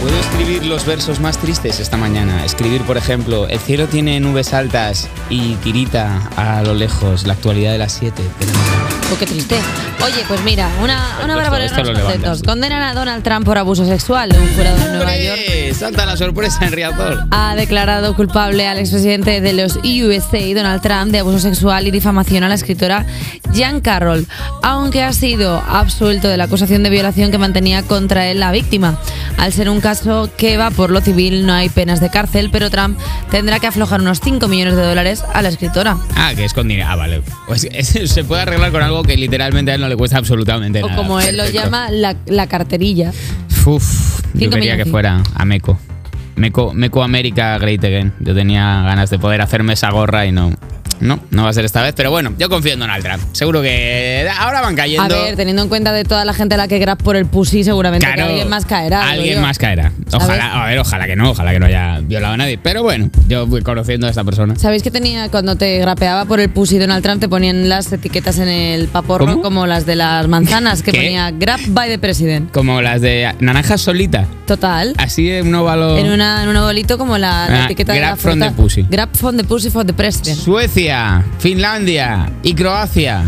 Puedo escribir los versos más tristes esta mañana. Escribir, por ejemplo, el cielo tiene nubes altas y tirita a lo lejos la actualidad de las 7. Oh, qué triste. Oye, pues mira, una, una Esto- barbaridad esto de lo los levantas. conceptos. Condenan a Donald Trump por abuso sexual. Un jurado de Nueva York ¡Hombre! ¡Salta la sorpresa en Riazor! ha declarado culpable al expresidente de los USA, Donald Trump, de abuso sexual y difamación a la escritora Jan Carroll, aunque ha sido absuelto de la acusación de violación que mantenía contra él la víctima. Al ser un caso que va por lo civil, no hay penas de cárcel, pero Trump tendrá que aflojar unos 5 millones de dólares a la escritora. Ah, que es con dinero. Ah, vale. Pues es- se puede arreglar con algo que literalmente a él no le cuesta absolutamente O nada. como él lo Perfecto. llama, la, la carterilla. Uf, yo Cinco quería que milloncitos. fuera a Meco. Meco, Meco América Great Again. Yo tenía ganas de poder hacerme esa gorra y no. No, no va a ser esta vez, pero bueno, yo confío en Donald Trump. Seguro que ahora van cayendo. A ver, teniendo en cuenta de toda la gente a la que grab por el pussy, seguramente que Claro, alguien más caerá. digo Alguien yo. más caerá. Ojalá, a ver, ojalá que no, ojalá que no haya violado a nadie. Pero bueno, yo voy conociendo a esta persona. ¿Sabéis que tenía cuando te grapeaba por el pussy Donald Trump te ponían las etiquetas en el paporro ¿Cómo? como las de las manzanas que ¿Qué? ponía grab by the president? Como las de naranja solita. Total. Así de un óvalo. En, una, en un bolito como la, la Ah, etiqueta de grab la from fruta. the pussy. Grab from the pussy for the president. Suecia, Finlandia y Croacia.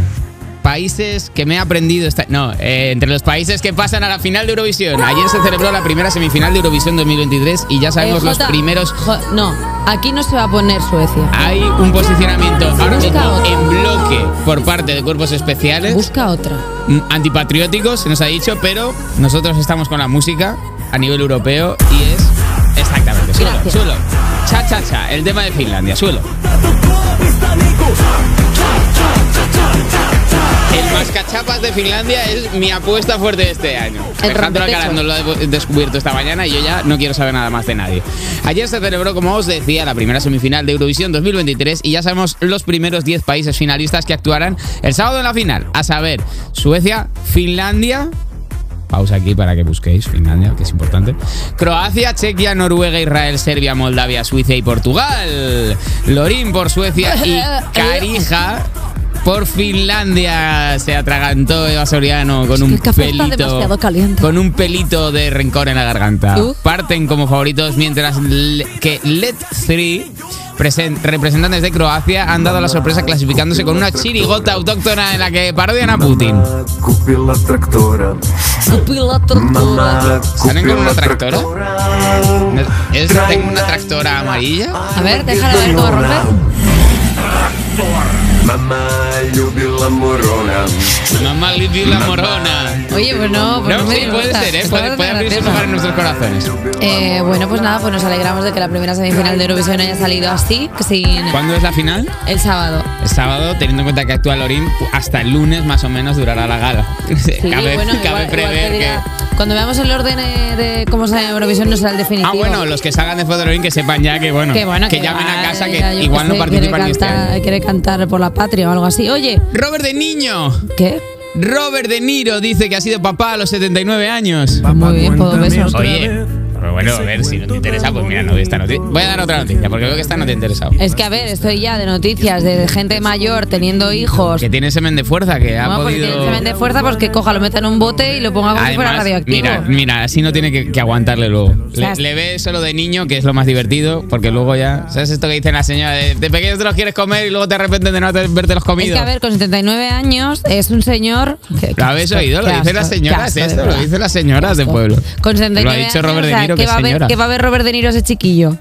Países que me he aprendido. esta- No, eh, entre los países que pasan a la final de Eurovisión. ¡Ah! Ayer se celebró la primera semifinal de Eurovisión 2023 y ya sabemos Eh, los Jota, primeros. Ah, Jo- no, aquí no se va a poner Suecia. Hay un posicionamiento ahora Busca mismo otra. en bloque por parte de cuerpos especiales Busca otra. mm, antipatrióticos, se nos ha dicho, pero nosotros estamos con la música a nivel europeo y es exactamente suelo, Gracias. suelo. Cha, cha, cha, el tema de Finlandia, suelo. El mascachapas de Finlandia es mi apuesta fuerte de este año. El Alejandro Alcaraz rompepechos. nos lo ha devu- descubierto esta mañana y yo ya no quiero saber nada más de nadie. Ayer se celebró, como os decía, la primera semifinal de Eurovisión 2023 y ya sabemos los primeros 10 países finalistas que actuarán el sábado en la final. A saber, Suecia, Finlandia... Pausa aquí para que busquéis Finlandia, que es importante. Croacia, Chequia, Noruega, Israel, Serbia, Moldavia, Suiza y Portugal. Lorín por Suecia y Carija por Finlandia se atragantó Eva Soriano con que un el café está pelito demasiado caliente. Uh. con un pelito de rencor en la garganta. ¿Tú? Parten como favoritos mientras le- que Let 3 representantes de Croacia han dado la sorpresa clasificándose con una chirigota autóctona en la que parodian a Putin. Купила трактора. Мама ¿Salen con купила una tractora? трактора. ¿Es tengo una tractora amarilla? A ver, déjala ver cómo rompe. Мама любила Мурона. Mamá Lidia la morona. Oye, pues no, pues No, no me sí, puede disgusta. ser, ¿eh? Está Puede, puede abrirse un graciosa. lugar en nuestros corazones. Eh, bueno, pues nada, pues nos alegramos de que la primera semifinal de Eurovisión haya salido así, que sin ¿Cuándo es la final? el sábado. El sábado, teniendo en cuenta que actúa Lorín, hasta el lunes más o menos durará la gala. Sí, Eh, cabe bueno, cabe igual- igual prever te dirá- Cuando veamos el orden eh, de cómo sale Eurovisión no será el que... definitivo. Ah, bueno, los que salgan después de Lorín que sepan ya que, bueno, que, bueno, que que llamen a igual, casa que ya, yo qué igual no sé, participan quiere ni este cantar, año. Quiere cantar por la patria o algo así. Oye, Robert De Niño. ¿qué? Robert De Niro dice que ha sido papá a los 79 años. Pues muy bien, pues dos besos. Oye, pero bueno, a ver, si no te interesa, pues mira, no doy esta noticia. Voy a dar otra noticia, porque veo que esta no te ha interesado. Es que a ver, estoy ya de noticias de gente mayor teniendo hijos. Que tiene semen de fuerza, que ha Bueno, pues podido... que se vende fuerza, pues que coja, lo meta en un bote y lo ponga como si fuera radioactivo. Mira, mira, así no tiene que, que aguantarle luego. Le, Las- le ve solo de niño, que es lo más divertido, porque luego ya. ¿Sabes esto que dicen las señoras? De, de pequeño te los quieres comer y luego te arrepientes de no haber- verte los Es comido. que a ver, con 79 años es un señor. que- ¿Lo habéis qué asco, oído? Lo qué dicen asco, las señoras, qué asco, de esto lo verdad. dicen las señoras del pueblo. Con 79 Lo ha dicho años, Robert o De sea, Niro, ¿qué que va a ver- señora. ¿Qué va a ver Robert De Niro a ese chiquillo?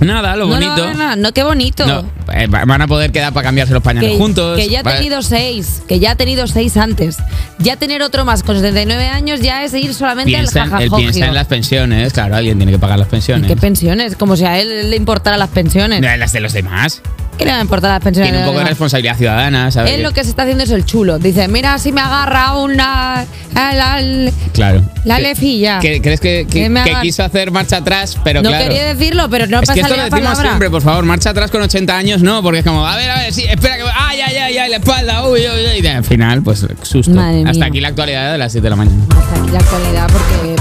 Nada, lo No, bonito. No, no, no, no, qué bonito. No, eh, va- van a poder quedar para cambiarse los pañales que, juntos. que ya ha va- tenido seis, que ya ha tenido seis antes. Ya tener otro más con 79 años ya es ir solamente Piensa al en, él jajajogio. piensa en las pensiones, claro, alguien tiene que pagar las pensiones. ¿Qué pensiones? Como si a él le importaran las pensiones. las de los demás. ¿Qué le van a importar las pensiones? Tiene un de poco de los demás? responsabilidad ciudadana, ¿sabes? Él lo que se está haciendo es el chulo. Dice, mira si me agarra una... al- al- Claro. La Que- lefilla. que- ¿Crees que, que- Que me que hagan- quiso hacer marcha atrás? Pero no claro. quería decirlo, pero no es que pasa esto lo la decimos palabra. siempre, por favor, marcha atrás con 80 años, no, porque es como, a ver, a ver, sí, espera que. ¡Ay, ay, ay, ay! La espalda, uy, uy, uy. Y al final, pues, susto. Madre Hasta mía. aquí la actualidad de las 7 de la mañana. Hasta aquí la actualidad porque,